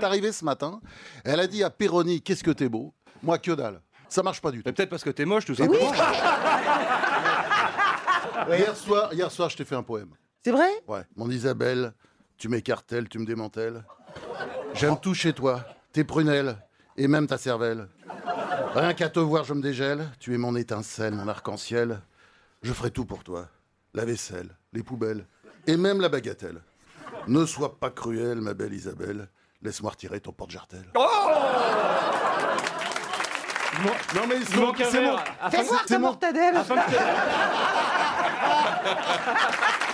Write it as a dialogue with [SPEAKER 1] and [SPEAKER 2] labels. [SPEAKER 1] est arrivée ce matin. Elle a dit à Péroni, qu'est-ce que t'es beau Moi, que dalle. Ça marche pas du tout.
[SPEAKER 2] Peut-être parce que t'es moche, tout simplement.
[SPEAKER 1] Hier soir, hier soir, je t'ai fait un poème.
[SPEAKER 3] C'est vrai
[SPEAKER 1] Ouais. Mon Isabelle, tu m'écartelles, tu me démantèles. J'aime tout chez toi, tes prunelles et même ta cervelle. Rien qu'à te voir, je me dégèle. Tu es mon étincelle, mon arc-en-ciel. Je ferai tout pour toi. La vaisselle, les poubelles et même la bagatelle. Ne sois pas cruelle, ma belle Isabelle. Laisse-moi retirer ton porte-jartel. non mais c'est mon-
[SPEAKER 3] Fais voir ta mortadelle
[SPEAKER 4] Afin que,